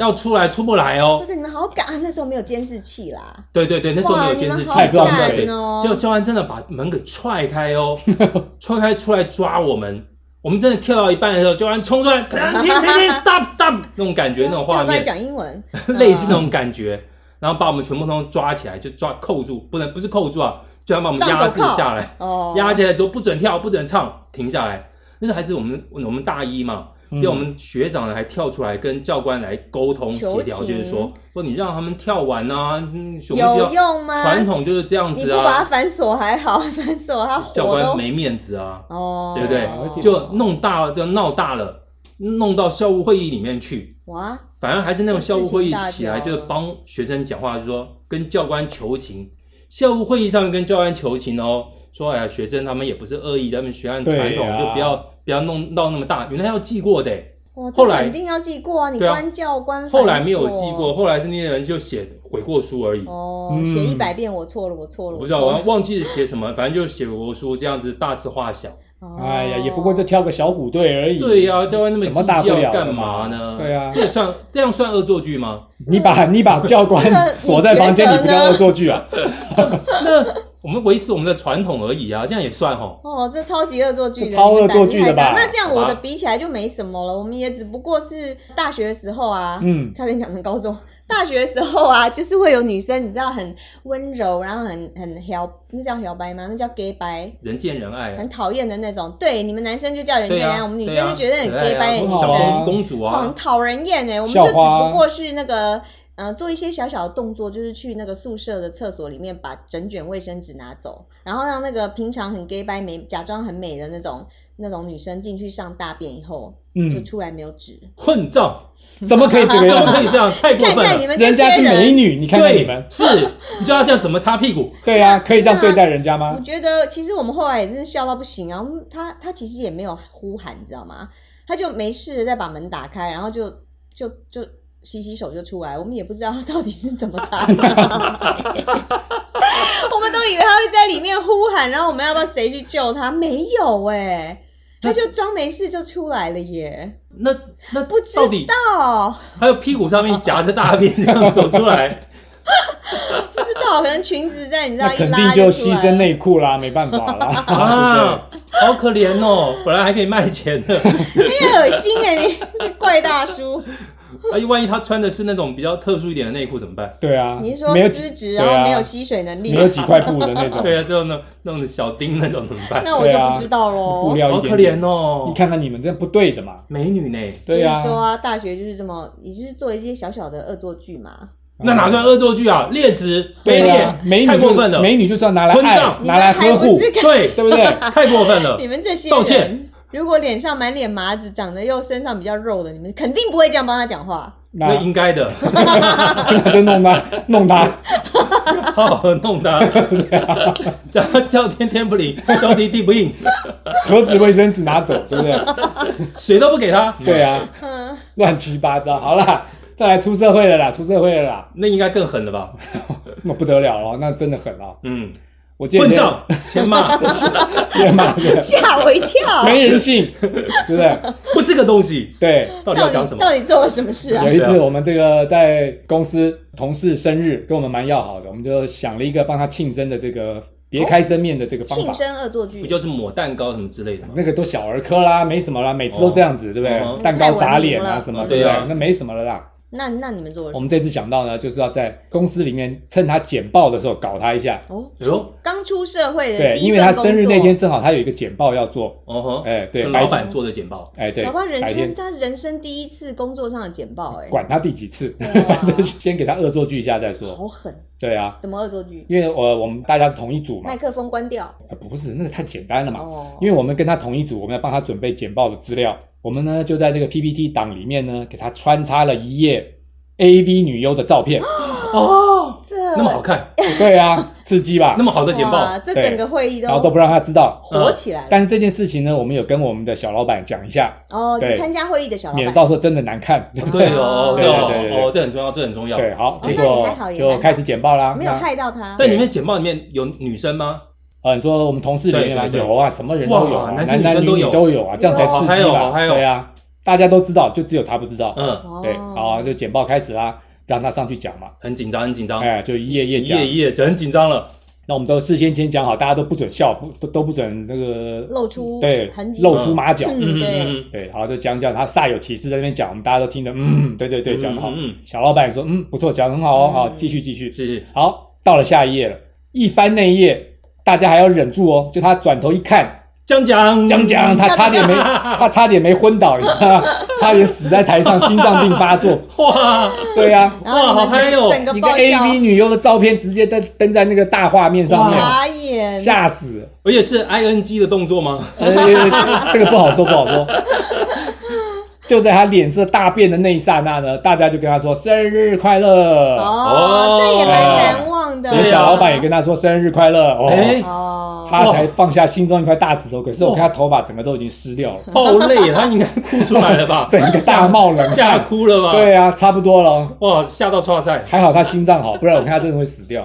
[SPEAKER 3] 要出来出不来
[SPEAKER 2] 不
[SPEAKER 3] 哦。
[SPEAKER 2] 是你们好敢啊！ (laughs) 那时候没有监视器啦，
[SPEAKER 3] 对对对，那时候没有监视器，
[SPEAKER 2] 哇你
[SPEAKER 1] 不知道
[SPEAKER 2] 们好
[SPEAKER 1] 是
[SPEAKER 2] 敢
[SPEAKER 1] 谁
[SPEAKER 2] 哦！
[SPEAKER 3] 就教官真的把门给踹开哦， (laughs) 踹开出来抓我们。我们真的跳到一半的时候，教官冲出来，停停停，stop stop，那种感觉，那种画
[SPEAKER 2] 教官
[SPEAKER 3] 面，，
[SPEAKER 2] 讲嗯英文
[SPEAKER 3] (laughs) 类似那种感觉，然后把我们全部都抓起来，就抓扣住，不能不是扣住啊，就要把我们压制下来，
[SPEAKER 2] 嗯哦，
[SPEAKER 3] 压起来之后不准跳，不准唱，停下来。那时候还是我们我们大一嘛，
[SPEAKER 1] 嗯
[SPEAKER 3] 因为我们学长呢还跳出来跟教官来沟通
[SPEAKER 2] 求
[SPEAKER 3] 协调，
[SPEAKER 2] 情
[SPEAKER 3] 就是说说你让他们跳完啊，嗯，我们
[SPEAKER 2] 有
[SPEAKER 3] 是要
[SPEAKER 2] 用吗？
[SPEAKER 3] 传统就是这样
[SPEAKER 2] 你
[SPEAKER 3] 子
[SPEAKER 2] 不把它
[SPEAKER 3] 啊，
[SPEAKER 2] 反锁还好，反锁它
[SPEAKER 3] 教
[SPEAKER 2] 火
[SPEAKER 3] 官
[SPEAKER 2] 都
[SPEAKER 3] 没面子啊，
[SPEAKER 2] 哦，
[SPEAKER 3] 对不对
[SPEAKER 1] 有一点
[SPEAKER 3] 就弄大了，就闹大了，弄到校务会议里面去。
[SPEAKER 2] 哇，
[SPEAKER 3] 反而还是那种校务会议起来，
[SPEAKER 2] 事情大条
[SPEAKER 3] 就是帮学生讲话，就说跟教官求情。校务会议上面跟教官求情哦，说哎呀，学生他们也不是恶意，他们学按传统，
[SPEAKER 1] 对啊
[SPEAKER 3] 就不要不要弄闹那么大。原来要记过的欸，
[SPEAKER 2] 哇，这
[SPEAKER 3] 后来
[SPEAKER 2] 肯定要记过啊！你
[SPEAKER 3] 对啊
[SPEAKER 2] 关教官，
[SPEAKER 3] 后来没有记过，。后来是那些人就写悔过书而已。
[SPEAKER 2] 哦，
[SPEAKER 1] 嗯
[SPEAKER 2] 写一百遍我错了，我错了，
[SPEAKER 3] 我不知道，
[SPEAKER 2] 错
[SPEAKER 3] 我
[SPEAKER 2] 了
[SPEAKER 3] 忘记写什么，反正就写悔过书，这样子大事化小。
[SPEAKER 2] 哦
[SPEAKER 1] 哎呀，也不过就挑个小虎队而已。
[SPEAKER 3] 对呀、教官那么
[SPEAKER 1] 什
[SPEAKER 3] 计
[SPEAKER 1] 么大不了
[SPEAKER 3] 较
[SPEAKER 1] 的
[SPEAKER 3] 干嘛呢？
[SPEAKER 1] 对啊
[SPEAKER 3] 这也算这样算恶作剧吗？
[SPEAKER 1] 你把你把教
[SPEAKER 2] 这个
[SPEAKER 1] 官
[SPEAKER 2] 你
[SPEAKER 1] 锁在
[SPEAKER 2] 觉
[SPEAKER 1] 房间
[SPEAKER 2] 得
[SPEAKER 1] 里，不叫
[SPEAKER 2] 呢
[SPEAKER 1] 恶作剧啊？
[SPEAKER 3] 那我们维持我们的传统而已啊，这样也算吼。
[SPEAKER 2] 哦，这超级恶作剧的，
[SPEAKER 1] 这超恶作剧的
[SPEAKER 2] 你们
[SPEAKER 1] 吧
[SPEAKER 2] 胆子太大那这样
[SPEAKER 3] 好吧
[SPEAKER 2] 我的比起来就没什么了，我们也只不过是大学的时候啊，
[SPEAKER 1] 嗯，
[SPEAKER 2] 差点讲成高中。大学的时候啊，就是会有女生，你知道很温柔，然后很很摇，那叫摇摆吗？那叫 gay 白，
[SPEAKER 3] 人见人爱啊。
[SPEAKER 2] 很讨厌的那种。对，你们男生就叫人家
[SPEAKER 3] 对啊，
[SPEAKER 2] 然后我们女
[SPEAKER 3] 对
[SPEAKER 2] 生就觉得很 gay 白的女
[SPEAKER 1] 很
[SPEAKER 3] 小
[SPEAKER 1] 好啊
[SPEAKER 2] 生，
[SPEAKER 3] 公公主
[SPEAKER 2] 哇，很
[SPEAKER 3] 啊，
[SPEAKER 2] 讨人厌哎。我们就
[SPEAKER 1] 校
[SPEAKER 2] 只
[SPEAKER 1] 花
[SPEAKER 2] 不过是那个。呃，做一些小小的动作，就是去那个宿舍的厕所里面把整卷卫生纸拿走，然后让那个平常很 gay 白美、假装很美的那种那种女生进去上大便以后，就
[SPEAKER 1] 嗯，
[SPEAKER 2] 出来没有纸。
[SPEAKER 3] 混账！
[SPEAKER 1] 怎么可以这个
[SPEAKER 3] 怎么
[SPEAKER 1] 样
[SPEAKER 3] (laughs) 可以
[SPEAKER 1] 子？
[SPEAKER 3] 这样？太过
[SPEAKER 2] 看
[SPEAKER 3] 分
[SPEAKER 2] 看你
[SPEAKER 3] 了！
[SPEAKER 2] 们这
[SPEAKER 1] 人
[SPEAKER 2] 些
[SPEAKER 1] 家是美
[SPEAKER 2] 人，
[SPEAKER 1] 女，你看看你
[SPEAKER 3] 对
[SPEAKER 1] 们，，
[SPEAKER 3] 是，你知道这样怎么擦屁股？
[SPEAKER 1] 对啊，可以这样对待人家
[SPEAKER 2] 我
[SPEAKER 1] 吗？
[SPEAKER 2] 觉得其实我们后来也真是笑到不行啊。嗯他他其实也没有呼喊，你知道吗？他就没事的再把门打开，然后就就就洗洗手就出来。我们也不知道他到底是怎么擦的， (laughs) 我们都以为他会在里面呼喊，然后我们要不要谁去救他？没有哎、他就装没事就出来了耶，
[SPEAKER 3] 那那
[SPEAKER 2] 不知
[SPEAKER 3] 到底
[SPEAKER 2] 道，
[SPEAKER 3] 还有屁股上面夹着大便这样走出来，
[SPEAKER 2] 不知道，可能裙子在你知道
[SPEAKER 1] 那
[SPEAKER 2] 一
[SPEAKER 1] 肯
[SPEAKER 2] 拉
[SPEAKER 1] 定就
[SPEAKER 2] 出来
[SPEAKER 1] 牺牲
[SPEAKER 2] 了
[SPEAKER 1] 内裤啦，没办法
[SPEAKER 2] (laughs)
[SPEAKER 1] 啦，对不对
[SPEAKER 3] 啊，好可怜哦！本来还可以卖钱的，
[SPEAKER 2] 你很恶心哎、你这怪大叔。
[SPEAKER 3] 而且万一他穿的是那种比较特殊一点的内裤怎么办？
[SPEAKER 1] 对啊，
[SPEAKER 2] 你是说
[SPEAKER 1] 没有
[SPEAKER 2] 失
[SPEAKER 1] 几对
[SPEAKER 2] 职，然后
[SPEAKER 1] 啊
[SPEAKER 2] 没有吸水能力？
[SPEAKER 1] 没有几块布的那种，
[SPEAKER 3] 对啊，这种那那种小丁那种怎么办？
[SPEAKER 2] (laughs) 那我就
[SPEAKER 1] 啊
[SPEAKER 2] 不知道喽
[SPEAKER 1] 布。料
[SPEAKER 3] 好
[SPEAKER 1] 一
[SPEAKER 3] 可
[SPEAKER 1] 点
[SPEAKER 3] 怜
[SPEAKER 1] 点。
[SPEAKER 3] 哦
[SPEAKER 1] 你！看看你们这不对的嘛，
[SPEAKER 3] 美女呢？
[SPEAKER 1] 对
[SPEAKER 2] 所以说
[SPEAKER 1] 啊，
[SPEAKER 2] 啊，大学就是这么，也就是做一些小小的恶作剧嘛。
[SPEAKER 3] 那哪算恶作剧啊？劣质卑
[SPEAKER 1] 对
[SPEAKER 3] 劣
[SPEAKER 1] 啊，美，女
[SPEAKER 3] 太过
[SPEAKER 1] 就
[SPEAKER 3] 分了！
[SPEAKER 1] 美女就是要拿来
[SPEAKER 3] 混
[SPEAKER 1] 爱，
[SPEAKER 3] 账
[SPEAKER 1] 拿来
[SPEAKER 2] 你
[SPEAKER 1] 呵
[SPEAKER 2] 们还
[SPEAKER 1] 护 (laughs)
[SPEAKER 2] 不，是
[SPEAKER 3] 对
[SPEAKER 1] 对不对？
[SPEAKER 3] 太过分了
[SPEAKER 2] 你！们这些
[SPEAKER 3] 道
[SPEAKER 2] 人
[SPEAKER 3] 歉，
[SPEAKER 2] 如果脸上满脸麻子，长得又身上比较肉的，你们肯定不会这样帮他讲话。
[SPEAKER 3] 那
[SPEAKER 1] 那
[SPEAKER 3] 应该的，
[SPEAKER 1] 那就弄他，弄他，
[SPEAKER 3] 好好
[SPEAKER 1] (laughs)
[SPEAKER 3] 弄他，叫叫天天不灵，叫地地不应，
[SPEAKER 1] 盒子卫生纸拿走，对不
[SPEAKER 3] (laughs)
[SPEAKER 1] 对？
[SPEAKER 3] 水都不给他，
[SPEAKER 1] 对啊，
[SPEAKER 2] 嗯，
[SPEAKER 1] 乱七八糟。好啦，再来出社会了啦，出社会了啦，
[SPEAKER 3] 那应该更狠了吧？
[SPEAKER 1] 那不得了了，那真的狠了。
[SPEAKER 3] 嗯，
[SPEAKER 1] 我见 (laughs)
[SPEAKER 3] 混账，先骂，
[SPEAKER 1] 天嘛，对不对
[SPEAKER 2] 吓我一跳。
[SPEAKER 1] (laughs) 没人性，是不是？
[SPEAKER 3] 不是个东西，
[SPEAKER 1] 对。
[SPEAKER 3] 到底
[SPEAKER 2] 到
[SPEAKER 3] 要讲
[SPEAKER 2] 底
[SPEAKER 3] 什么
[SPEAKER 2] 到？底做了什么 (laughs) 事啊
[SPEAKER 1] 有？一次，我们这个在公司同事生日，跟我们蛮要好的，我们就想了一个帮他庆生的这个别开生面的这个方
[SPEAKER 2] 哦庆
[SPEAKER 1] 法。
[SPEAKER 2] 生恶作剧
[SPEAKER 3] 不，就是抹蛋糕什么之类的吗？
[SPEAKER 1] 那个都小儿科啦，没什么啦，每次都这样子，对不对？
[SPEAKER 3] 哦
[SPEAKER 1] 蛋糕砸脸
[SPEAKER 2] 太文明
[SPEAKER 1] 啊
[SPEAKER 2] 了
[SPEAKER 1] 什么，
[SPEAKER 3] 嗯
[SPEAKER 1] 对不
[SPEAKER 3] 对
[SPEAKER 1] 对？
[SPEAKER 3] 啊
[SPEAKER 1] 那没什么了啦。
[SPEAKER 2] 那那你们做了
[SPEAKER 1] 我
[SPEAKER 2] 什么？
[SPEAKER 1] 们这次想到呢，就是要在公司里面趁他简报的时候搞他一下。
[SPEAKER 2] 哦，
[SPEAKER 3] 哎呦，
[SPEAKER 2] 刚出社会的
[SPEAKER 1] 对，
[SPEAKER 2] 第
[SPEAKER 1] 因
[SPEAKER 2] 一
[SPEAKER 1] 为
[SPEAKER 2] 份
[SPEAKER 1] 他
[SPEAKER 2] 工作，
[SPEAKER 1] 生日那天正好他有一个简报要做，
[SPEAKER 3] 哦吼，
[SPEAKER 1] 哎，对，
[SPEAKER 3] 跟
[SPEAKER 1] 白
[SPEAKER 3] 老
[SPEAKER 1] 天
[SPEAKER 3] 板做的简报，
[SPEAKER 1] 哎，对
[SPEAKER 2] 搞不好，
[SPEAKER 1] 白
[SPEAKER 2] 人
[SPEAKER 1] 天
[SPEAKER 2] 生他人生第一次工作上的简报，哎，
[SPEAKER 1] 管他第几次，
[SPEAKER 2] 哇
[SPEAKER 1] (laughs) 反正先给他恶作剧一下再说。
[SPEAKER 2] 好狠，
[SPEAKER 1] 对啊，
[SPEAKER 2] 怎么恶作剧？
[SPEAKER 1] 因为我我们大家是同一组嘛
[SPEAKER 2] 麦，克风关掉
[SPEAKER 1] 呃不是那个太简单了嘛，
[SPEAKER 2] 哦，
[SPEAKER 1] 因为我们跟他同一组，我们要帮他准备简报的资料，我们呢就在这个 PPT 档里面呢给他穿插了一页 AV 女优的照片。
[SPEAKER 3] 哦，
[SPEAKER 2] 这
[SPEAKER 3] 那么好看，
[SPEAKER 2] (laughs)
[SPEAKER 1] 对啊，刺激吧
[SPEAKER 3] 那？么好的简报，
[SPEAKER 2] 哎哇，这
[SPEAKER 1] 对
[SPEAKER 2] 整个会议
[SPEAKER 1] 然后都不让他知道。
[SPEAKER 2] 火起来了。
[SPEAKER 1] 但是这件事情呢，我们有跟我们的小老板讲一下，
[SPEAKER 2] 哦，就
[SPEAKER 1] 对
[SPEAKER 2] 参加会议的小老
[SPEAKER 1] 免得
[SPEAKER 2] 板，
[SPEAKER 1] 到时候真的难看。
[SPEAKER 3] (laughs) 对哦，
[SPEAKER 2] 对
[SPEAKER 3] 哦
[SPEAKER 1] 对对对
[SPEAKER 3] 哦，这很重要，这很重要。
[SPEAKER 1] 对，好，
[SPEAKER 2] 哦
[SPEAKER 1] 结
[SPEAKER 2] 那也
[SPEAKER 1] 果
[SPEAKER 2] 还好也还
[SPEAKER 1] 就
[SPEAKER 2] 好
[SPEAKER 1] 开始简报啦。
[SPEAKER 2] 没有
[SPEAKER 1] 那
[SPEAKER 2] 害到他。
[SPEAKER 3] 但你们简报里面有女生吗？
[SPEAKER 1] 呃，你说我们同事里面嘛，
[SPEAKER 3] 对对对
[SPEAKER 1] 有啊，什么人都有啊
[SPEAKER 3] 哇，
[SPEAKER 1] 男
[SPEAKER 3] 男生
[SPEAKER 1] 男
[SPEAKER 3] 女生
[SPEAKER 1] 女
[SPEAKER 3] 都
[SPEAKER 1] 女
[SPEAKER 3] 有
[SPEAKER 1] 都有啊，这样才刺激
[SPEAKER 3] 有
[SPEAKER 1] 嘛。
[SPEAKER 3] 好嗨哦好嗨哦
[SPEAKER 1] 对啊，大家都知道，就只有他不知道。
[SPEAKER 3] 嗯，
[SPEAKER 2] 哦
[SPEAKER 1] 对，好啊，就简报开始啦，让他上去讲嘛。
[SPEAKER 3] 很紧张，很紧张，
[SPEAKER 1] 哎，就一页一页
[SPEAKER 3] 一
[SPEAKER 1] 讲
[SPEAKER 3] 页。一页，很紧张了。
[SPEAKER 1] 那我们都事先先讲好，大家都不准笑，不都都不准那个
[SPEAKER 2] 露出
[SPEAKER 1] 嗯对
[SPEAKER 2] 痕迹，
[SPEAKER 1] 露出马脚。
[SPEAKER 2] 嗯
[SPEAKER 3] 嗯
[SPEAKER 2] 对
[SPEAKER 3] 嗯
[SPEAKER 1] 对，好，就讲讲他煞有其事在那边讲，我们大家都听得嗯，对对对，讲得好。
[SPEAKER 3] 嗯，嗯
[SPEAKER 1] 小老板也说嗯不错，讲得很好哦，好，
[SPEAKER 2] 嗯
[SPEAKER 1] 继续继续
[SPEAKER 3] 嗯。是是，
[SPEAKER 1] 好，到了下一页了，一翻那一页，大家还要忍住哦。就他转头一看，
[SPEAKER 3] 讲讲
[SPEAKER 1] 讲讲，他差
[SPEAKER 3] (laughs)
[SPEAKER 1] 点没，他差点没昏倒，你知道吗？差点死在台上，心脏病发作。
[SPEAKER 3] 哇，
[SPEAKER 1] 对呀、
[SPEAKER 2] 然后
[SPEAKER 3] 哇
[SPEAKER 2] 你们整
[SPEAKER 3] 好嗨哦
[SPEAKER 2] 整个
[SPEAKER 1] 一个
[SPEAKER 2] 爆
[SPEAKER 1] A
[SPEAKER 2] 笑，
[SPEAKER 1] V 女优的照片直接在登在那个大画面上面，
[SPEAKER 2] 傻眼，
[SPEAKER 1] 吓死了。
[SPEAKER 3] 而且是 I N G 的动
[SPEAKER 2] (laughs)
[SPEAKER 3] 作吗？
[SPEAKER 1] 呃，这个不好说，不好说。就在他脸色大变的那一刹那呢，大家就跟他说生日快乐。
[SPEAKER 2] 哦，这也蛮难忘的。
[SPEAKER 1] 有哦小老板也跟他说生日快乐。哦，
[SPEAKER 3] 哎哦
[SPEAKER 2] 哦，
[SPEAKER 1] 他才放下心中一块大石头。可是我看他头发整个都已经湿掉了，
[SPEAKER 3] 好累，啊他应该哭出来了
[SPEAKER 1] (laughs)
[SPEAKER 3] 吧？
[SPEAKER 1] 整个大冒冷
[SPEAKER 3] 吓
[SPEAKER 1] 汗。
[SPEAKER 3] 哭了吧？，
[SPEAKER 1] 对啊，差不多了。
[SPEAKER 3] 哇，吓到岔
[SPEAKER 1] (laughs)
[SPEAKER 3] 赛，
[SPEAKER 1] 还好他心脏好，不然我看他真的会死掉。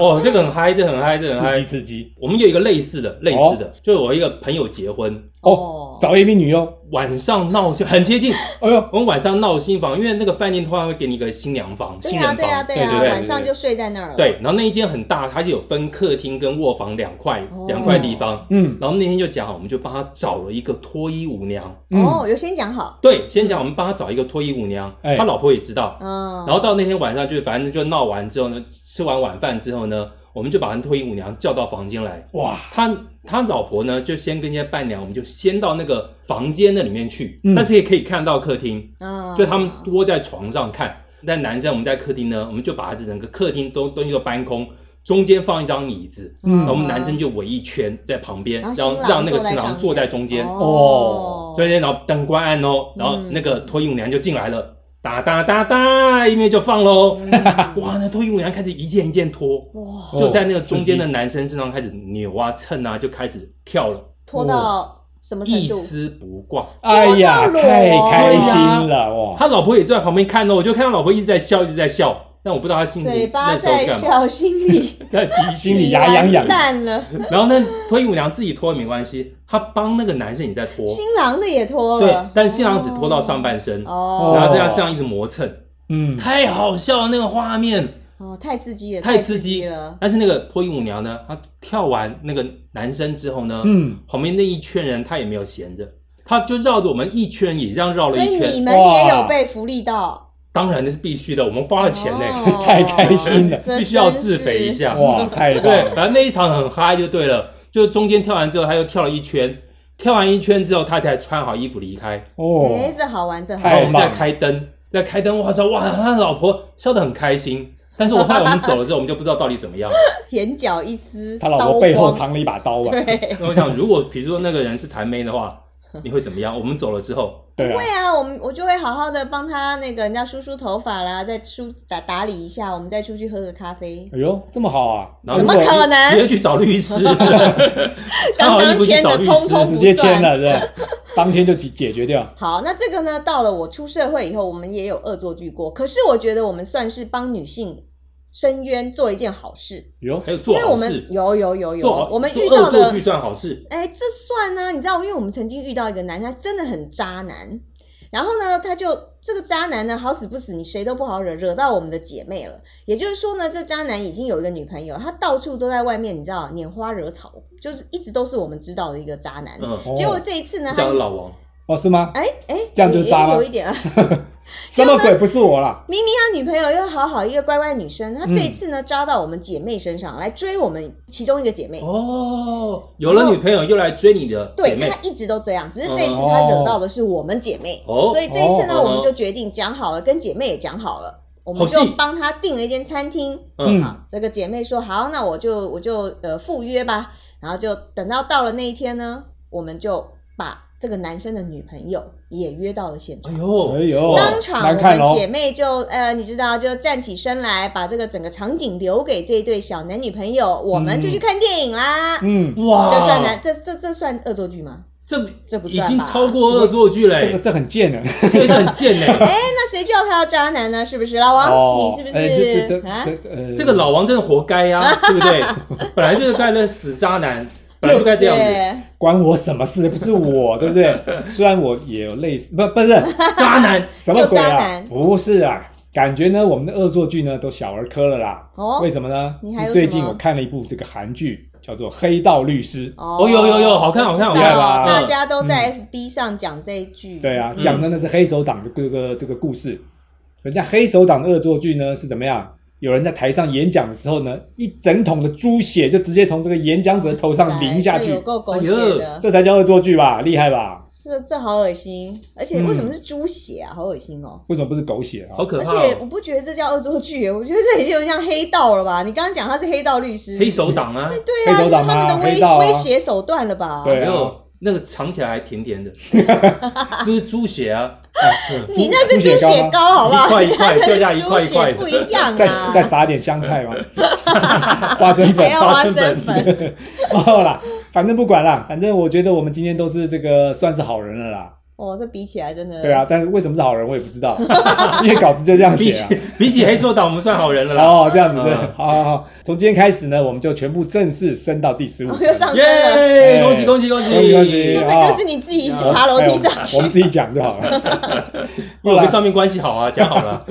[SPEAKER 3] 哇，这个很嗨，这个很嗨，这个
[SPEAKER 1] 刺
[SPEAKER 3] 很
[SPEAKER 1] 激哦
[SPEAKER 3] 嗨。
[SPEAKER 1] 刺激！
[SPEAKER 3] 我们有一个类似的，类似的，就是我一个朋友结婚，
[SPEAKER 1] 哦，找 A V 女优，
[SPEAKER 3] 晚上闹心，很接近。
[SPEAKER 1] 哎呦，
[SPEAKER 3] 我们晚上闹新房，因为那个饭店通常会给你一个新娘房、
[SPEAKER 2] 对
[SPEAKER 3] 新
[SPEAKER 2] 呀
[SPEAKER 3] 人
[SPEAKER 2] 对啊呀
[SPEAKER 3] 房，
[SPEAKER 2] 对
[SPEAKER 1] 对
[SPEAKER 2] 呀
[SPEAKER 1] 对，
[SPEAKER 3] 对
[SPEAKER 2] 晚上就睡在那儿了。
[SPEAKER 3] 对，然后那一间很大，它就有分客厅跟卧房两块
[SPEAKER 2] 哦
[SPEAKER 3] 两块地方。
[SPEAKER 1] 嗯
[SPEAKER 3] 然后那天就讲好，我们就帮他找了一个脱衣舞娘。
[SPEAKER 1] 嗯，
[SPEAKER 2] 哦，有先讲好，
[SPEAKER 3] 对，先讲我们帮他找一个脱衣舞娘，
[SPEAKER 1] 哎
[SPEAKER 3] 他老婆也知道。
[SPEAKER 2] 嗯，
[SPEAKER 3] 然后到那天晚上就反正就闹完之后呢，吃完晚饭之后呢，我们就把那脱衣舞娘叫到房间来。
[SPEAKER 1] 哇，
[SPEAKER 3] 他他老婆呢就先跟那些伴娘，我们就先到那个房间那里面去，
[SPEAKER 1] 嗯
[SPEAKER 3] 但是也可以看到客厅。
[SPEAKER 2] 嗯，
[SPEAKER 3] 就他们窝在床上看。但男生我们在客厅呢，我们就把整个客厅都东西都搬空，中间放一张椅子，
[SPEAKER 1] 嗯
[SPEAKER 3] 然
[SPEAKER 2] 哦
[SPEAKER 3] 后我们男生就围一圈在旁边，
[SPEAKER 2] 然后
[SPEAKER 3] 然
[SPEAKER 2] 新郎
[SPEAKER 3] 后让那个
[SPEAKER 2] 坐在
[SPEAKER 3] 新
[SPEAKER 2] 上
[SPEAKER 3] 郎
[SPEAKER 2] 面
[SPEAKER 3] 坐在中间，
[SPEAKER 1] 哦
[SPEAKER 3] 中间然后灯关暗哦，然后
[SPEAKER 2] 嗯
[SPEAKER 3] 那个脱衣舞娘就进来了，哒哒哒哒，音乐就放喽。
[SPEAKER 2] 嗯
[SPEAKER 3] (laughs) 哇，那脱衣舞娘开始一件一件脱，
[SPEAKER 2] 哇，
[SPEAKER 1] 哦
[SPEAKER 3] 就在那个中间的男生身上开始扭啊蹭啊，就开始跳了，
[SPEAKER 2] 拖到什么程
[SPEAKER 3] 一
[SPEAKER 2] 度？
[SPEAKER 3] 丝不挂。
[SPEAKER 1] 哎呀，
[SPEAKER 2] 多到裸啊
[SPEAKER 1] 太开心了哇！
[SPEAKER 3] 他老婆也坐在旁边看哦，我就看到老婆一直在笑，一直在笑，但我不知道他心里
[SPEAKER 2] 嘴巴
[SPEAKER 3] 那时候
[SPEAKER 2] 在
[SPEAKER 3] (laughs) 干嘛，
[SPEAKER 2] 笑，心里
[SPEAKER 3] 在鼻
[SPEAKER 1] 心
[SPEAKER 3] 心
[SPEAKER 1] 里牙痒痒
[SPEAKER 2] 完蛋了，
[SPEAKER 3] 然后呢，脱衣舞娘自己脱没关系，她帮那个男生也在脱，
[SPEAKER 2] 新郎的也脱
[SPEAKER 3] 对
[SPEAKER 2] 了，，
[SPEAKER 3] 但新郎只脱到上半身，
[SPEAKER 2] 哦，
[SPEAKER 3] 然后这样上一直磨蹭，
[SPEAKER 1] 嗯，
[SPEAKER 3] 太好笑了那个画面。
[SPEAKER 2] 哦，太刺激了，
[SPEAKER 3] 太
[SPEAKER 2] 太刺
[SPEAKER 3] 刺激
[SPEAKER 2] 了，
[SPEAKER 3] 但是那个脱衣舞娘呢，她跳完那个男生之后呢，
[SPEAKER 1] 嗯，
[SPEAKER 3] 旁边那一圈人她也没有闲着，她就绕着我们一圈也这样绕了
[SPEAKER 2] 所以
[SPEAKER 3] 一
[SPEAKER 2] 你
[SPEAKER 3] 圈。
[SPEAKER 2] 们也有被福利到，
[SPEAKER 3] 当然那是必须的，我们花了钱呢、 (laughs)
[SPEAKER 2] 哦
[SPEAKER 1] 太开心了
[SPEAKER 3] 必须要自肥一。下。
[SPEAKER 1] 哇，太棒
[SPEAKER 3] 对，
[SPEAKER 1] 了！
[SPEAKER 3] 反正那一场很嗨就对了，就中间跳完之后，他又跳了一圈，跳完一圈之后，他才穿好衣服离开。
[SPEAKER 2] 哎、
[SPEAKER 1] 哦，
[SPEAKER 2] 这好玩，这好
[SPEAKER 3] 然后我
[SPEAKER 1] 太
[SPEAKER 2] 玩。
[SPEAKER 3] 们
[SPEAKER 1] 棒
[SPEAKER 3] 再
[SPEAKER 1] 了
[SPEAKER 3] 开灯，再开灯，哇塞，哇，他老婆笑得很开心。但是我后来我们走了之后，我们就不知道到底怎
[SPEAKER 1] (laughs)
[SPEAKER 3] 么样。
[SPEAKER 2] 眼角一丝，
[SPEAKER 1] 他老婆背后
[SPEAKER 2] 刀光
[SPEAKER 1] 藏了一把刀吧？啊
[SPEAKER 2] 对， (laughs)
[SPEAKER 3] 那我想，如果比如说那个人是谭妹的话，你会怎么样？我们走了之后，
[SPEAKER 1] 对啊
[SPEAKER 2] 会，啊，我们我就会好好的帮他那个人家梳梳头发啦，再梳打打理一下，我们再出去喝个咖啡。
[SPEAKER 1] 哎呦，这么好啊！
[SPEAKER 3] 然后
[SPEAKER 2] 怎
[SPEAKER 1] 如
[SPEAKER 2] 么
[SPEAKER 1] 果
[SPEAKER 2] 可
[SPEAKER 3] 直接
[SPEAKER 2] 能？
[SPEAKER 3] 去找
[SPEAKER 2] (laughs)
[SPEAKER 3] 律师，穿好衣服去找
[SPEAKER 2] 当当签的
[SPEAKER 3] 律
[SPEAKER 2] 通
[SPEAKER 3] 师。
[SPEAKER 2] 通
[SPEAKER 1] 直接签了，对不对，当天就解解决掉。哎
[SPEAKER 2] 好，那这个呢，到了我出社会以后，我们也有恶作剧过，可是我觉得我们算是帮女性伸冤做了一件好事，
[SPEAKER 1] 哟，
[SPEAKER 3] 还有
[SPEAKER 2] 因
[SPEAKER 3] 做
[SPEAKER 2] 为
[SPEAKER 3] 好
[SPEAKER 2] 我们
[SPEAKER 3] 事，
[SPEAKER 2] 有有有有啊
[SPEAKER 3] 做，好
[SPEAKER 2] 我们
[SPEAKER 3] 做
[SPEAKER 2] 遇到
[SPEAKER 3] 恶作
[SPEAKER 2] 的
[SPEAKER 3] 剧算好事，
[SPEAKER 2] 哎，这算呢、你知道，因为我们曾经遇到一个男生，他真的很渣男。然后呢，他就这个渣男呢，好死不死，你谁都不好惹，惹到我们的姐妹了。也就是说呢，这渣男已经有一个女朋友，他到处都在外面，你知道，拈花惹草，就是一直都是我们知道的一个渣男。
[SPEAKER 3] 嗯，
[SPEAKER 1] 哦
[SPEAKER 2] 结果这一次呢，
[SPEAKER 3] 你
[SPEAKER 2] 他
[SPEAKER 3] 讲了老王，
[SPEAKER 1] 哦是吗？
[SPEAKER 2] 哎哎，
[SPEAKER 1] 这样就是渣吗
[SPEAKER 2] 也有一点啊。
[SPEAKER 1] 什么鬼？不是我啦！
[SPEAKER 2] 明明他女朋友又好好一个乖乖女生，他这一次呢，扎到我们姐妹身上来追我们其中一个姐妹。
[SPEAKER 3] 哦，有了女朋友又来追你的姐
[SPEAKER 2] 对
[SPEAKER 3] 妹
[SPEAKER 2] 他，一直都这样，只是这一次他惹到的是我们姐妹，
[SPEAKER 3] 哦
[SPEAKER 2] 所以这一次呢，
[SPEAKER 3] 哦
[SPEAKER 2] 我们就决定讲好了，跟姐妹也讲好了，我们
[SPEAKER 3] 好
[SPEAKER 2] 就
[SPEAKER 3] 戏
[SPEAKER 2] 帮他订了一间餐厅。
[SPEAKER 1] 嗯
[SPEAKER 2] 啊，这个姐妹说好，那我就我就呃赴约吧。然后就等到到了那一天呢，我们就把这个男生的女朋友也约到了现
[SPEAKER 3] 哎
[SPEAKER 2] 场。
[SPEAKER 1] 哎
[SPEAKER 3] 呦，
[SPEAKER 1] 呦，
[SPEAKER 2] 当场
[SPEAKER 1] 难
[SPEAKER 2] 我
[SPEAKER 1] 看
[SPEAKER 2] 们
[SPEAKER 1] 哦，
[SPEAKER 2] 姐妹就呃，你知道，就站起身来，把这个整个场景留给这一对小男女朋友，我们就去看电影啦。
[SPEAKER 1] 嗯，
[SPEAKER 3] 哇，
[SPEAKER 2] 这算男这这这算恶作剧吗？
[SPEAKER 3] 这
[SPEAKER 2] 这不
[SPEAKER 3] 已
[SPEAKER 2] 算吧
[SPEAKER 3] 经超过恶作剧
[SPEAKER 1] 这个
[SPEAKER 3] 嘞，
[SPEAKER 1] 这很贱的。
[SPEAKER 3] 这个很贱
[SPEAKER 2] (laughs)
[SPEAKER 3] 嘞。
[SPEAKER 2] 哎，那谁叫他要渣男呢？是不是老王？
[SPEAKER 1] 哦，
[SPEAKER 2] 你是不
[SPEAKER 1] 哎这这
[SPEAKER 2] 是啊？
[SPEAKER 1] 这这呃
[SPEAKER 3] 这个老王真的活该呀、对不对？本来就是该那死渣男，本来就该这样子，
[SPEAKER 2] 对，
[SPEAKER 1] 关我什么事？不是我，对不
[SPEAKER 2] (laughs)
[SPEAKER 1] 对？虽然我也有类似，不不是
[SPEAKER 3] 渣男。
[SPEAKER 1] 什么鬼
[SPEAKER 2] 就渣
[SPEAKER 1] 啊
[SPEAKER 2] 男？
[SPEAKER 1] 不是啊，感觉呢，我们的恶作剧呢都小儿科了啦。
[SPEAKER 2] 哦
[SPEAKER 1] 为什么呢？
[SPEAKER 2] 你还有
[SPEAKER 1] 最
[SPEAKER 2] 什
[SPEAKER 1] 近
[SPEAKER 2] 么
[SPEAKER 1] 我看了一部这个韩剧，叫做《黑道律师》。
[SPEAKER 2] 哦
[SPEAKER 3] 哦有有有好看好看
[SPEAKER 2] 我
[SPEAKER 3] 好
[SPEAKER 2] 知
[SPEAKER 1] 看
[SPEAKER 2] 道
[SPEAKER 1] 吧
[SPEAKER 2] 大家都在 FB 上讲这一句。
[SPEAKER 1] 对啊，
[SPEAKER 3] 嗯
[SPEAKER 1] 讲的呢是黑手党的这个这个故事。人家黑手党的恶作剧呢是怎么样？有人在台上演讲的时候呢，一整桶的猪血就直接从这个演讲者头上淋下
[SPEAKER 2] 这
[SPEAKER 1] 去哎
[SPEAKER 2] 有，够狗血的，
[SPEAKER 1] 这才叫恶作剧吧？厉害吧？
[SPEAKER 2] 这这好恶心，而且
[SPEAKER 1] 嗯
[SPEAKER 2] 为什么是猪血啊？好恶心哦！
[SPEAKER 1] 为什么不是狗血啊
[SPEAKER 3] 好？可
[SPEAKER 2] 而
[SPEAKER 3] 怕、
[SPEAKER 2] 且我
[SPEAKER 3] 哦！
[SPEAKER 2] 不觉得这叫恶作剧耶，我觉得这已经有点像黑道了吧？你刚刚讲他是黑道律师，
[SPEAKER 3] 黑手，党啊，
[SPEAKER 2] 对啊，
[SPEAKER 1] 黑手
[SPEAKER 2] 这是
[SPEAKER 1] 党
[SPEAKER 2] 他们的
[SPEAKER 1] 啊
[SPEAKER 2] 威
[SPEAKER 1] 黑道啊
[SPEAKER 2] 威胁手段了吧？
[SPEAKER 1] 对
[SPEAKER 3] 没
[SPEAKER 1] 啊
[SPEAKER 3] 有那个藏起来还甜甜的， (laughs) 就是猪血啊， (laughs)
[SPEAKER 2] 你那是
[SPEAKER 1] 猪
[SPEAKER 2] 猪
[SPEAKER 1] 血
[SPEAKER 2] 血
[SPEAKER 1] 糕吗？
[SPEAKER 2] 糕好不
[SPEAKER 3] 一
[SPEAKER 2] 好？
[SPEAKER 3] 块一块掉下一
[SPEAKER 2] 猪
[SPEAKER 3] 块一
[SPEAKER 2] 血
[SPEAKER 3] 块
[SPEAKER 2] 不
[SPEAKER 3] 的，
[SPEAKER 2] 一
[SPEAKER 1] (laughs)
[SPEAKER 2] 样
[SPEAKER 1] 再再
[SPEAKER 2] 啊，
[SPEAKER 1] 撒点香菜
[SPEAKER 2] (laughs)
[SPEAKER 1] 吗？花生
[SPEAKER 2] 还
[SPEAKER 1] 粉。
[SPEAKER 2] 要花
[SPEAKER 3] 花
[SPEAKER 2] 生
[SPEAKER 3] 生粉
[SPEAKER 2] 粉，
[SPEAKER 1] 哦啦，反正不管啦，反正我觉得我们今天都是这个算是好人了啦。
[SPEAKER 2] 哦，这比起来真的
[SPEAKER 1] 对啊，，但是为什么是好人我也不知道， (laughs) 因为稿子就这样
[SPEAKER 2] (laughs)
[SPEAKER 3] 比
[SPEAKER 1] 写
[SPEAKER 3] 起
[SPEAKER 1] 啊。
[SPEAKER 3] 比起黑手党，我们算好人了啦。
[SPEAKER 1] 哦，这样子，对，
[SPEAKER 3] 嗯
[SPEAKER 1] 好好好，从今天开始呢，我们就全部正式升到第十五
[SPEAKER 2] 哦
[SPEAKER 1] 层。
[SPEAKER 2] 又上升了，
[SPEAKER 3] 耶！恭喜恭喜恭
[SPEAKER 1] 恭喜
[SPEAKER 3] 喜
[SPEAKER 1] 恭喜
[SPEAKER 2] 根本就是你自己
[SPEAKER 1] 我
[SPEAKER 2] 爬楼梯上
[SPEAKER 1] 哎我我们自己讲就好了。
[SPEAKER 3] 因为我跟上面关系好啊，讲好了。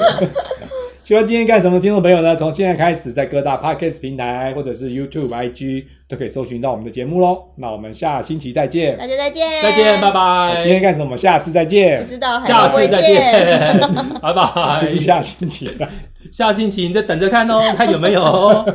[SPEAKER 1] 喜欢今天干什么？听众朋友呢，从现在开始，在各大 podcast 平台或者是 YouTube、IG 都可以搜寻到我们的节目喽。那我们下星期再见。
[SPEAKER 2] 大家再见，
[SPEAKER 3] 再见，拜
[SPEAKER 1] 今天
[SPEAKER 3] 拜，
[SPEAKER 1] 干什么？下次再
[SPEAKER 2] 不
[SPEAKER 1] 见，
[SPEAKER 2] 知道还
[SPEAKER 3] 下
[SPEAKER 2] 会
[SPEAKER 3] 次
[SPEAKER 2] 不
[SPEAKER 3] 再
[SPEAKER 2] 会见。
[SPEAKER 3] 见， (laughs)
[SPEAKER 1] (laughs)
[SPEAKER 3] 拜
[SPEAKER 1] 不
[SPEAKER 3] 拜
[SPEAKER 1] 是。下星期了。
[SPEAKER 3] 下星期你再等着看哦，看有没有哦。